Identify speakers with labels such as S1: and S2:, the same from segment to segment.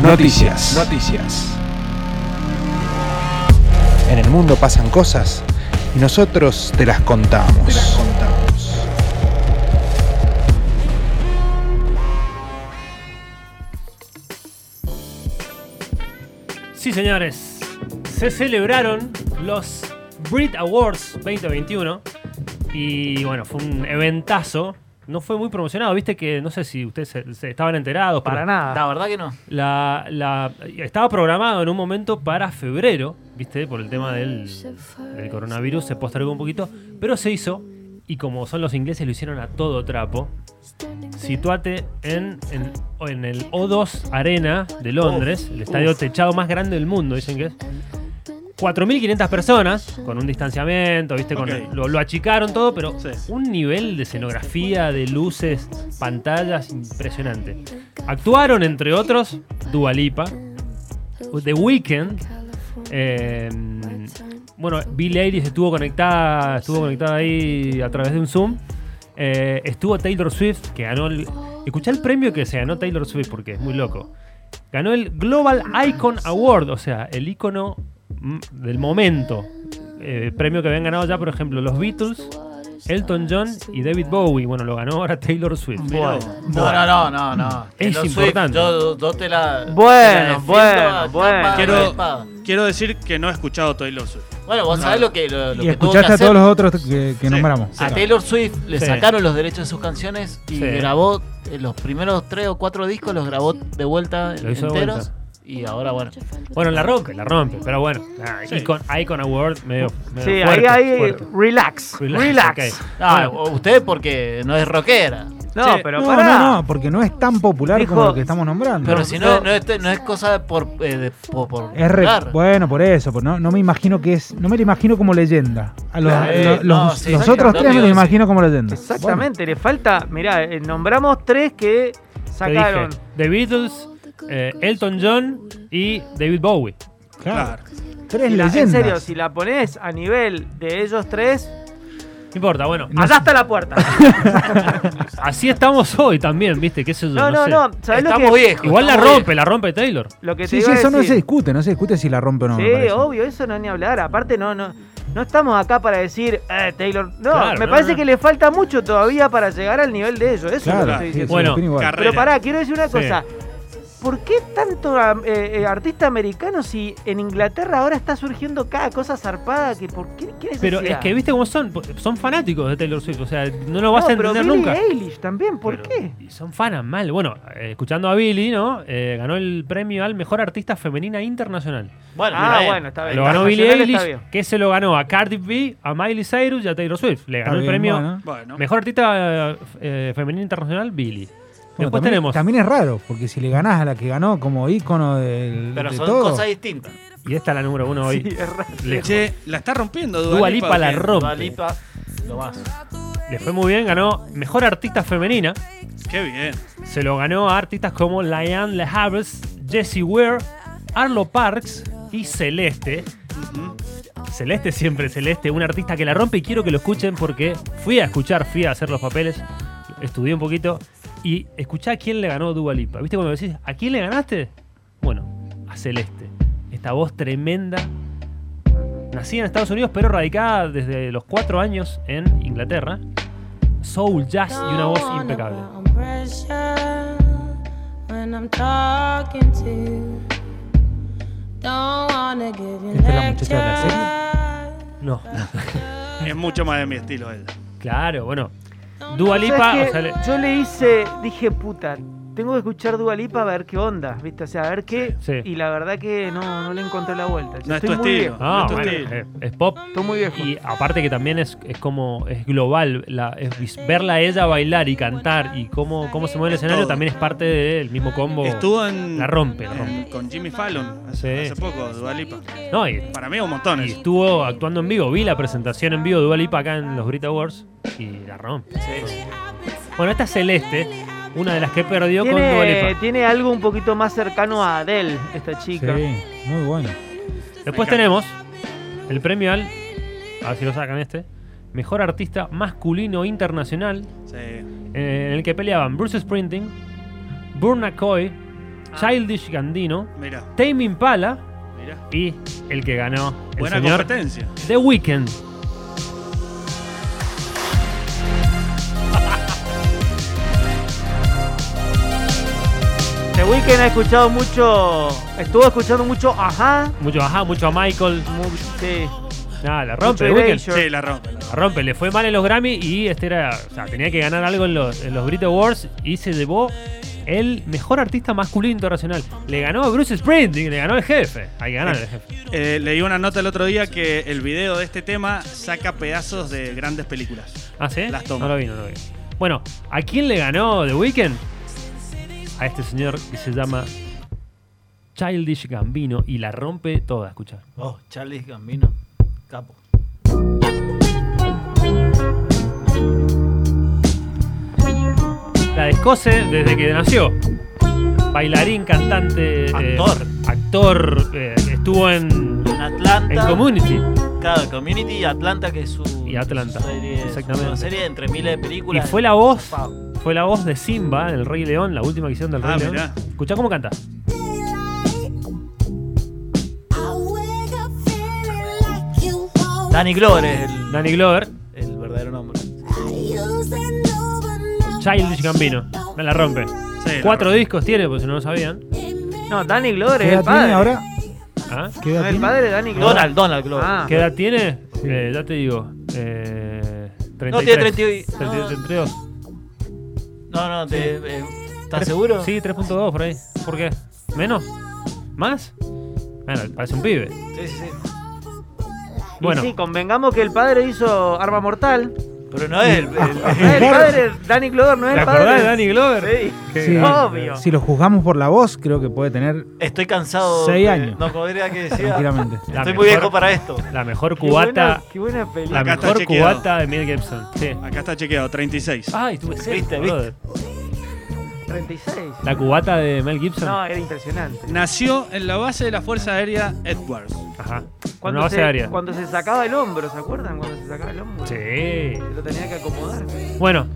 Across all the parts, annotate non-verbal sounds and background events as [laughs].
S1: Noticias. Noticias. En el mundo pasan cosas y nosotros te las contamos. Te las contamos.
S2: Sí, señores. Se celebraron los Brit Awards 2021. Y bueno, fue un eventazo. No fue muy promocionado, viste que no sé si ustedes se, se estaban enterados. pero
S3: Para nada.
S4: La verdad que no.
S2: La, la- estaba programado en un momento para febrero, viste, por el tema del, del coronavirus, se postergó un poquito, pero se hizo. Y como son los ingleses, lo hicieron a todo trapo. Situate en, en- en el O2 Arena de Londres, el estadio techado más grande del mundo, dicen que es. 4.500 personas, con un distanciamiento, ¿viste? Con,
S5: Ok.
S2: lo, lo achicaron todo, pero
S5: Sí.
S2: un nivel de escenografía, de luces, pantallas impresionante. Actuaron, entre otros, Dua Lipa, The Weeknd. eh, bueno, Bill Eilish estuvo conectada, estuvo conectada ahí a través de un Zoom. Eh, estuvo Taylor Swift, que ganó el. Escuchá el premio que se ganó Taylor Swift porque es muy loco. Ganó el Global Icon Award, o sea, el icono mm, del momento. Eh, premio que habían ganado ya, por ejemplo, los Beatles, Elton John y David Bowie. Bueno, lo ganó ahora Taylor Swift.
S5: Mirá.
S4: No, no, no, no, no.
S2: Es
S4: Taylor Swift,
S2: importante.
S4: yo, yo te la.
S3: Bueno,
S4: te la defiendo
S3: bueno,
S4: a
S3: bueno.
S4: capa y
S5: Quiero-
S4: espada.
S5: Quiero decir que no he escuchado Taylor Swift.
S4: Bueno, vos sabés lo que. Lo, lo que
S6: Y
S4: tuvo que
S6: escuchaste a
S4: hacer.
S6: todos los otros que, que
S5: Sí.
S6: nombramos.
S4: A Taylor Swift le
S2: Sí.
S4: sacaron los derechos de sus canciones y
S2: Sí.
S4: grabó eh, los primeros tres o cuatro discos, los grabó de vuelta
S2: Lo hizo de
S4: enteros.
S2: vuelta.
S4: Y ahora, bueno.
S2: Bueno, la rompe, la rompe, pero bueno. ah,
S5: Sí.
S2: Icon, Icon Award, medio. medio
S3: Sí,
S2: fuerte,
S3: ahí, ahí,
S2: fuerte.
S3: relax, relax.
S2: ok.
S4: Ah,
S2: Bueno,
S4: usted porque no es rockera.
S3: No,
S5: Sí.
S3: pero
S6: No,
S3: pará.
S6: no, no, porque no es tan popular
S3: Dijo-
S6: como lo que estamos nombrando.
S4: Pero si no, no, es, no es cosa de por. eh, de- por, por
S6: es re-
S4: popular.
S6: bueno, por eso, por- no, no me imagino que es, no me lo imagino como leyenda. A los,
S4: Eh,
S6: lo-
S4: no,
S6: los-
S4: sí,
S6: los
S4: sí,
S6: otros
S4: no,
S6: tres me
S4: digo,
S6: lo
S4: sí.
S6: imagino como leyenda.
S3: Exactamente, le falta. Mirá, eh, nombramos tres que
S2: te dije,
S3: sacaron.
S2: The Beatles, eh, Elton John y David Bowie.
S6: Bueno, claro. Tres
S3: Si la-
S6: leyendas.
S3: en serio, si la pones a nivel de ellos tres,
S2: No importa, bueno.
S3: allá está
S2: [laughs]
S3: la puerta.
S2: Así estamos hoy también, ¿viste? ¿Qué sé yo?
S3: No, no,
S2: sé.
S3: no. ¿Sabés lo
S4: Estamos
S3: que,
S4: viejos.
S2: Igual la
S4: estamos
S2: rompe, la rompe Taylor.
S3: lo que te
S6: Sí,
S3: iba
S6: sí,
S3: a
S6: eso no se
S3: decir?
S6: discute, no se discute si la rompe o no. me
S3: Sí,
S6: parece.
S3: obvio, eso no es ni hablar. Aparte, no, no, no estamos acá para decir, eh, Taylor. No,
S2: Claro,
S3: me
S2: no,
S3: parece
S2: no.
S3: que le falta mucho todavía para llegar al nivel de ellos. Eso es lo que
S6: Claro,
S3: estoy
S6: sí,
S3: diciendo.
S6: sí,
S2: Bueno,
S6: opino igual.
S5: Carrera.
S3: Pero pará, quiero decir una
S2: Sí.
S3: cosa. ¿Por qué tanto eh, eh, artista americano si en Inglaterra ahora está surgiendo cada cosa zarpada? Que, ¿Por qué, qué
S2: Pero
S3: necesidad?
S2: es que, ¿viste cómo son? Pues, Son fanáticos de Taylor Swift, o sea, no lo
S3: no,
S2: vas a
S3: pero
S2: entender
S3: Billie
S2: nunca.
S3: Eilish también, ¿por
S2: Pero-
S3: qué? [laughs]
S2: y Son fanas mal. Bueno, eh, escuchando a Billy, ¿no? Eh, ganó el premio al mejor artista femenina internacional.
S4: viejos. Bueno,
S3: Ah,
S4: está bien.
S3: bueno, está bien.
S2: Lo ganó Billie
S3: Internacional está
S2: Eilish, que se lo ganó a Cardiff B, a Miley Cyrus y a Taylor Swift. Le
S6: Está
S2: ganó el
S6: bien,
S2: premio
S6: bueno.
S5: Bueno.
S2: Mejor Artista eh, eh, Femenina Internacional, Billy.
S6: Bueno,
S2: Después
S6: también,
S2: tenemos...
S6: también es raro, porque si le ganás a la que ganó como ícono del,
S4: Pero
S6: de
S4: son
S6: todo,
S4: cosas distintas.
S2: Y esta es la número uno hoy.
S3: bien. Sí, es raro.
S2: Lejos.
S5: Che, la está rompiendo Dua,
S2: Dua Lipa la
S5: que-
S2: rompe.
S4: Dua Lipa, lo más.
S2: Le fue muy bien, ganó Mejor Artista Femenina.
S5: Qué bien.
S2: Se lo ganó a artistas como Liane Le Havre, Jessie Ware, Arlo Parks y Celeste.
S5: Ujú.
S2: Celeste siempre Celeste, un artista que la rompe y quiero que lo escuchen porque fui a escuchar, fui a hacer los papeles, estudié un poquito y escuché a quién le ganó Dua Lipa. ¿Viste cuando decís, ¿a quién le ganaste? Bueno, a Celeste. Esta voz tremenda. Nacida en Estados Unidos, pero radicada desde los cuatro años en Inglaterra. Soul, jazz y una voz impecable.
S6: Esta es la muchacha de la serie.
S2: No,
S5: Es mucho más de mi estilo ella.
S2: claro, bueno. Dua
S3: ¿Sabes
S2: Lipa,
S3: qué?
S2: o sea, le-
S3: Yo le hice, dije, puta, tengo que escuchar Dua Lipa a ver qué onda, ¿viste? O sea, a ver qué.
S2: Sí.
S3: Y la verdad que no, no le encontré la vuelta. Yo
S5: No es
S3: estoy
S5: tu
S3: muy
S5: estilo.
S3: viejo.
S2: Ah,
S5: Esto
S2: bueno,
S5: sí.
S2: es- es pop.
S3: Estoy muy viejo.
S2: Y aparte que también es, es como es global, la- es vis- verla a ella bailar y cantar y cómo, cómo se mueve el escenario
S5: Todo.
S2: también es parte del mismo combo.
S5: Estuvo en.
S2: Oh, La rompe, la
S5: en-
S2: rompe.
S5: Con Jimmy Fallon hace,
S2: Sí.
S5: hace poco, Dua Lipa.
S2: No, y,
S5: Para mí es un
S2: y
S5: montón eso.
S2: estuvo actuando en vivo, vi la presentación en vivo de Dua Lipa acá en los Brit Awards y la rompe. Bueno, esta es Celeste, una de las que perdió con Dua
S3: Tiene,
S2: Lipa.
S3: tiene algo un poquito más cercano a Adele, esta chica.
S6: Sí, muy bueno.
S2: Después tenemos el premio al, a ver si lo sacan este, Mejor Artista Masculino Internacional
S5: Sí.
S2: eh, en el que peleaban Bruce Sprinting, Burna Coy, Childish Gandino,
S5: Mira,
S2: Tame Impala
S5: mira.
S2: y el que ganó el
S5: Buena
S2: señor
S5: competencia.
S2: The Weeknd.
S3: The Weeknd Este ha escuchado mucho. Estuvo escuchando mucho Ajá.
S2: Mucho ajá, mucho a Michael.
S3: mu- sí.
S2: Nada, la rompe. The
S3: Mucho
S2: Weeknd.
S3: Erasure.
S5: Sí, la rompe. la rompe.
S2: La rompe, le fue mal en los Grammy y este era, o sea, tenía que ganar algo en los, en los Brit Awards y se llevó el mejor artista masculino internacional. Le ganó a Bruce Springsteen, le ganó el jefe. Hay que ganar el jefe.
S5: Eh, leí una nota el otro día que el video de este tema saca pedazos de grandes películas.
S2: ¿Ah, sí?
S5: Las
S2: No
S5: tomas.
S2: lo vi, no lo vi. Bueno, ¿a quién le ganó The Weeknd? A este señor que se llama Childish Gambino y la rompe toda, escucha.
S4: Oh, Charlie Gambino. Capo.
S2: La descoce desde que nació. Bailarín, cantante, eh,
S4: Actor.
S2: actor, eh, estuvo en,
S4: En Atlanta.
S2: en Community.
S4: Claro, Community y Atlanta, que es su.
S2: Y Atlanta,
S4: su serie,
S2: exactamente.
S4: Una serie entre miles de
S2: Y
S4: películas.
S2: fue la voz,
S4: Zarpado.
S2: fue la voz de Simba, el Rey León, la última que hicieron del Rey
S5: Ah,
S2: León.
S5: mirá.
S2: Escuchá cómo canta.
S4: Danny Glover es el,
S2: Danny Glover,
S4: el verdadero nombre.
S2: Ah. Childish Gambino. Me la rompe.
S5: Sí, la
S2: Cuatro
S5: rompe.
S2: discos tiene, por si no lo sabían.
S3: No, Danny Glover
S6: ¿Qué
S3: es el
S6: edad
S3: padre.
S6: tiene ahora?
S2: ¿Ah?
S6: ¿Qué
S3: No,
S6: edad
S3: el
S6: tiene?
S3: padre de Danny Glover.
S4: Donald, Donald Glover.
S3: Ah.
S2: ¿Qué edad tiene?
S6: Sí.
S2: Eh, ya te digo. Eh, 33.
S4: No, tiene 32.
S2: 32, 32.
S4: No, no, te, eh, ¿estás seguro?
S2: Sí, 3.2 por ahí. ¿Por qué? ¿Menos? ¿Más? Bueno, parece un pibe.
S4: sí, sí. sí.
S3: Y
S2: Bueno,
S3: Sí, convengamos que el padre hizo Arma Mortal.
S4: Pero no es el. el-
S2: [laughs]
S3: El padre, Danny Glover, no es
S2: ¿te
S3: el padre.
S2: acordás de Danny Glover?
S3: Sí.
S2: Que-
S6: Sí.
S3: Obvio.
S6: Si lo juzgamos por la voz, creo que puede tener
S4: estoy cansado.
S6: Seis
S4: eh,
S6: años.
S2: [laughs]
S4: No podría que decía.
S6: tranquilamente.
S2: La
S4: Estoy
S2: mejor-
S4: muy viejo para esto.
S2: La mejor
S3: Qué buena-
S2: cubata.
S3: Qué buena película.
S2: La
S5: Acá está
S2: mejor
S5: chequeado.
S2: cubata de Mel Gibson. Sí.
S5: Acá está chequeado, 36.
S2: Ay, tuve cerca,
S4: Viste,
S2: brother.
S3: 36.
S2: La cubata de Mel Gibson.
S3: No, era impresionante.
S5: Nació en la base de la Fuerza Aérea Edwards.
S2: Ajá.
S3: Cuando,
S2: Cuando va a
S3: se,
S2: ser área.
S3: cuando se sacaba el hombro, ¿se acuerdan? Cuando se sacaba el hombro.
S2: Sí.
S3: Se lo tenía que acomodar.
S2: Bueno,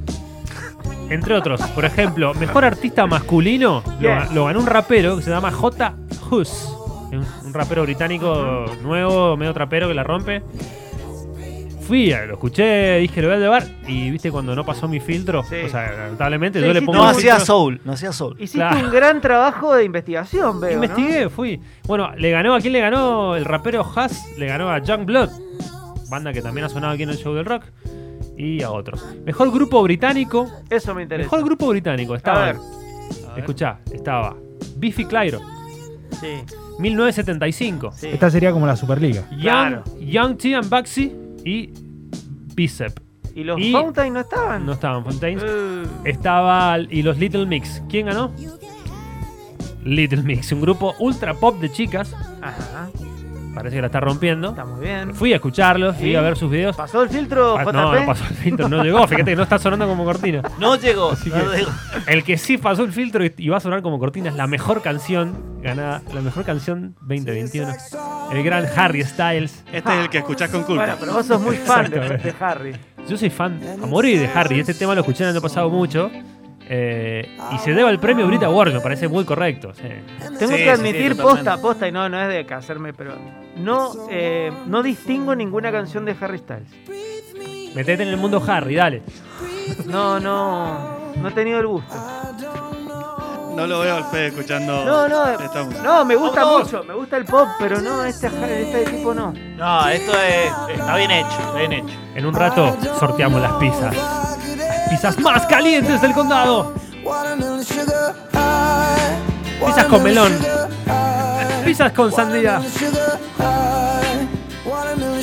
S2: entre otros, por ejemplo, mejor artista masculino lo, ga-
S3: Yes.
S2: lo ganó un rapero que se llama J. Hus. Un, un rapero británico nuevo, medio trapero que la rompe. Fui, a- lo escuché, dije, lo voy a llevar. Y viste, cuando no pasó mi filtro,
S3: Sí.
S2: o sea, lamentablemente
S3: Sí,
S2: yo le
S3: sí,
S2: pongo.
S4: No
S2: un
S4: hacía
S2: filtro.
S4: soul, no hacía soul.
S3: Hiciste
S2: Claro.
S3: un gran trabajo de investigación, veo. ¿no?
S2: Investigué, fui. Bueno, le ganó, ¿a quién le ganó? El rapero Haas le ganó a Young Blood, banda que también ha sonado aquí en el show del rock, y a otros. Mejor grupo británico,
S3: Eso me interesa.
S2: mejor grupo británico,
S3: A
S2: estaba,
S3: ver.
S5: A ver.
S2: escuchá, estaba Biffy Clyro,
S3: Sí,
S2: 1975,
S3: sí.
S6: Esta sería como la Superliga.
S2: Young,
S3: Claro.
S2: Young T and Baxi y Bicep.
S3: Y los
S2: y-
S3: Fountain no estaban.
S2: No estaban Fontaines.
S3: Eh,
S2: Estaba y los Little Mix. ¿Quién ganó? Little Mix, un grupo ultra pop de chicas.
S3: Ajá.
S2: Parece que la está rompiendo.
S3: Está muy bien.
S2: Fui a escucharlos, fui
S3: Sí.
S2: a ver sus videos.
S3: ¿Pasó el filtro,
S2: Ah,
S3: JP?
S2: no, no pasó el filtro, no llegó. Fíjate que no está sonando como cortina.
S4: No llegó,
S2: Así
S4: no
S2: que-
S4: llegó.
S2: El que sí pasó el filtro y- y va a sonar como cortina es la mejor canción ganada, la mejor canción 2021. El gran Harry Styles.
S5: Este es el que escuchás con culpa.
S3: Bueno, pero vos sos muy fan de,
S2: Exactamente.
S3: de Harry.
S2: Yo soy fan a morir de Harry. Este tema lo escuché el año pasado mucho. eh, y se deba al premio Brit Award, me parece muy correcto. sí.
S3: Tengo
S5: Sí,
S3: que
S5: sí,
S3: admitir
S5: sí, totalmente.
S3: posta, posta, y no, no es de casarme, pero no, eh, no distingo ninguna canción de Harry Styles.
S2: Metete en el mundo Harry, dale.
S3: No, no, no he tenido el gusto.
S5: No lo veo al Fede escuchando
S3: No, no, eh,
S5: esta música.
S3: no, me gusta
S4: Vamos.
S3: mucho, me gusta el pop, pero no, este, este tipo no.
S4: No, esto es, está bien hecho, está bien hecho.
S2: En un rato sorteamos las pizzas. Las pizzas más calientes del condado. Pizzas con melón. Pizzas con sandía.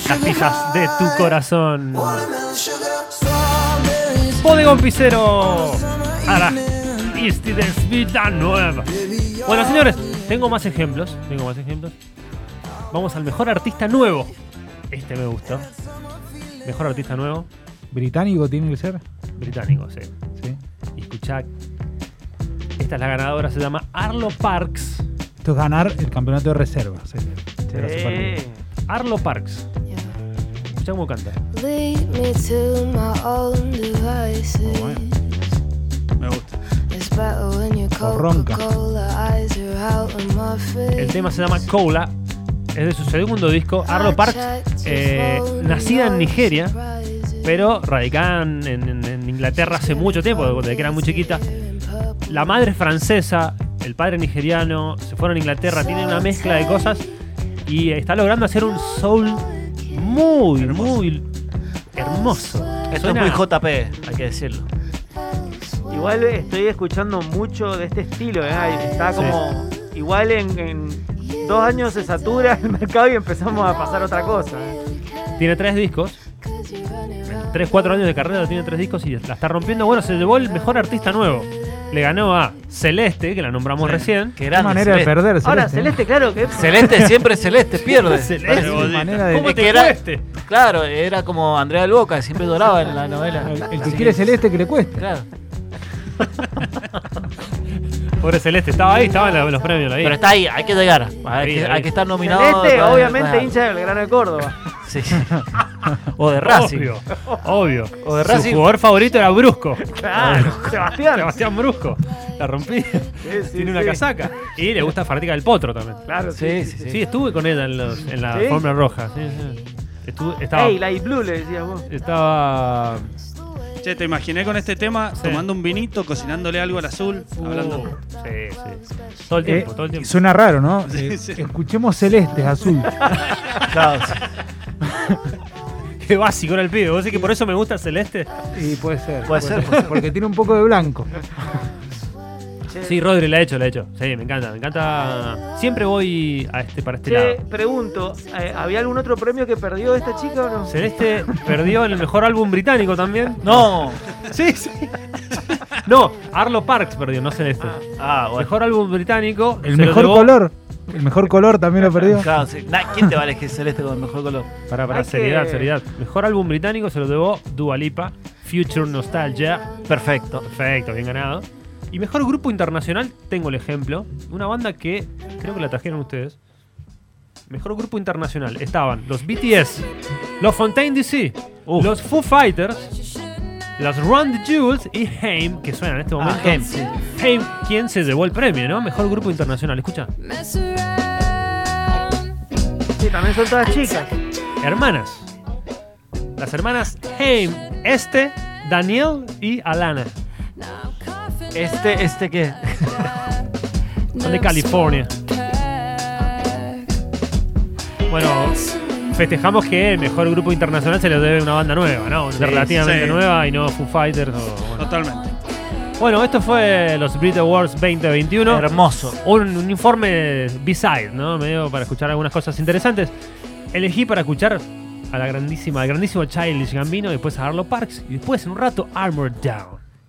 S2: Las pizzas de tu corazón. Bodegón Picero. A la Istides Vida Nueva. Bueno, señores, tengo más ejemplos. Tengo más ejemplos. Vamos al mejor artista nuevo. Este me gustó. Mejor artista nuevo.
S6: Británico tiene que ser.
S2: Británico, sí.
S6: Sí.
S2: Y escuchá. Esta es la ganadora, se llama Arlo Parks.
S6: Esto es ganar el campeonato de reserva. sí, de la Superliga.
S3: Sí.
S2: Arlo Parks. Escuchá cómo canta.
S7: Lead me to my own devices.
S2: Oh,
S6: Bueno.
S5: Me gusta.
S7: It's
S1: O ronca.
S2: El tema se llama Cola. Es de su segundo disco. Arlo Parks, eh, nacida en Nigeria, pero radicada en, en- en Inglaterra hace mucho tiempo, desde que era muy chiquita. La madre es francesa, el padre nigeriano, se fueron a Inglaterra, tienen una mezcla de cosas y está logrando hacer un soul muy, muy hermoso.
S4: Esto es
S2: Suena-
S4: muy JP, hay que decirlo.
S3: Igual estoy escuchando mucho de este estilo, ¿eh? Ahí Está
S2: Sí.
S3: como. Igual en, en dos años se satura el [laughs] mercado y empezamos a pasar otra cosa. ¿eh?
S2: Tiene tres discos. Tres, cuatro años de carrera, tiene tres discos y la está rompiendo. Bueno, se llevó el mejor artista nuevo. Le ganó a Celeste, que la nombramos recién.
S4: Qué
S6: Qué
S4: grande.
S6: manera de
S4: Celeste.
S6: perder,
S3: Ahora,
S6: Celeste,
S3: Celeste, claro que.
S4: Celeste, siempre Celeste,
S2: [laughs]
S4: pierde.
S2: Celeste.
S6: ¿eh? manera de-
S2: ¿Cómo
S4: Es
S2: te
S4: que era-
S2: cueste?
S4: Claro, era como Andrea del Boca, siempre doraba en la novela.
S6: el, el que
S4: Así
S6: quiere Celeste que le cueste.
S4: Claro.
S2: Pobre Celeste, estaba ahí, estaban la- los premios, la vi.
S4: Pero está ahí, hay que llegar. Hay,
S2: Ahí,
S4: que,
S2: ahí.
S4: hay que estar nominado.
S3: Celeste,
S4: para-
S3: obviamente,
S4: para-
S3: hincha del Grano de Córdoba.
S4: Sí. [laughs] O de Racing.
S2: Obvio, obvio.
S4: O de
S2: Su
S4: Racing.
S2: jugador favorito era Brusco.
S3: Claro,
S2: [laughs]
S3: Sebastián.
S2: Sebastián Brusco. La rompí. [laughs]
S3: sí,
S2: Tiene una
S3: sí.
S2: casaca. Y le gusta Fartica del Potro también.
S3: Claro,
S4: Sí, sí, sí.
S2: Sí, estuve con ella en, los- en la
S3: ¿Sí?
S2: forma roja. Sí, sí. Estuve- estaba,
S3: Ey, Light Blue le decías vos.
S2: estaba
S5: Che, te imaginé con este tema tomando un vinito, cocinándole algo al azul,
S3: Uh.
S5: hablando.
S2: Sí, sí. Todo el
S6: Eh,
S2: tiempo, todo el tiempo.
S6: suena raro, ¿no?
S5: Sí,
S6: Eh,
S5: sí.
S6: Escuchemos Celeste, azul.
S4: Claro, sí.
S2: [laughs] Qué básico era el pibe. ¿Vos decís que por eso me gusta Celeste?
S6: Y puede ser.
S4: Puede ser, puede ser.
S6: Porque tiene un poco de blanco.
S3: Che,
S2: Sí, Rodri la ha hecho, la ha hecho. Sí, me encanta, me encanta. Siempre voy a este, para este
S3: che,
S2: lado.
S3: pregunto, eh, ¿había algún otro premio que perdió esta chica o no?
S2: Celeste perdió en el mejor álbum británico también.
S4: No.
S2: Sí, sí. No, Arlo Parks perdió, no Celeste.
S4: Ah, bueno.
S2: Mejor álbum británico.
S6: El
S2: se lo
S6: mejor
S2: llevó-
S6: color. El mejor color también lo perdió.
S4: Claro, sí. Nah, ¿Quién te va a elegir Celeste con el mejor color?
S2: Para, para,
S3: Hay que-
S2: seriedad, seriedad. Mejor álbum británico se lo llevó Dua Lipa, Future Nostalgia.
S4: Perfecto.
S2: Perfecto, bien ganado. Y mejor grupo internacional, tengo el ejemplo. Una banda que creo que la trajeron ustedes. Mejor grupo internacional. Estaban los BTS, los Fontaine DC, los Foo Fighters, los Run the Jewels y Haim, que suena en este momento.
S4: Ah, Haim, sí.
S2: Haim, quien se llevó el premio, ¿no? Mejor grupo internacional. Escucha,
S3: Sí, también son todas chicas.
S2: hermanas. Las hermanas Haim, Este, Daniel y Alana.
S4: Este, este qué?
S2: [laughs] Son de California. Bueno, festejamos que el mejor grupo internacional se lo debe una banda nueva, ¿no? Relativamente
S5: sí.
S2: nueva y no Foo Fighters. o- bueno.
S5: Totalmente.
S2: Bueno, esto fue los Brit Awards 2021.
S4: Hermoso.
S2: Un, un informe beside, ¿no? Medio para escuchar algunas cosas interesantes. Elegí para escuchar a la grandísima, al grandísimo Childish Gambino, después a Arlo Parks y después en un rato Armored Down.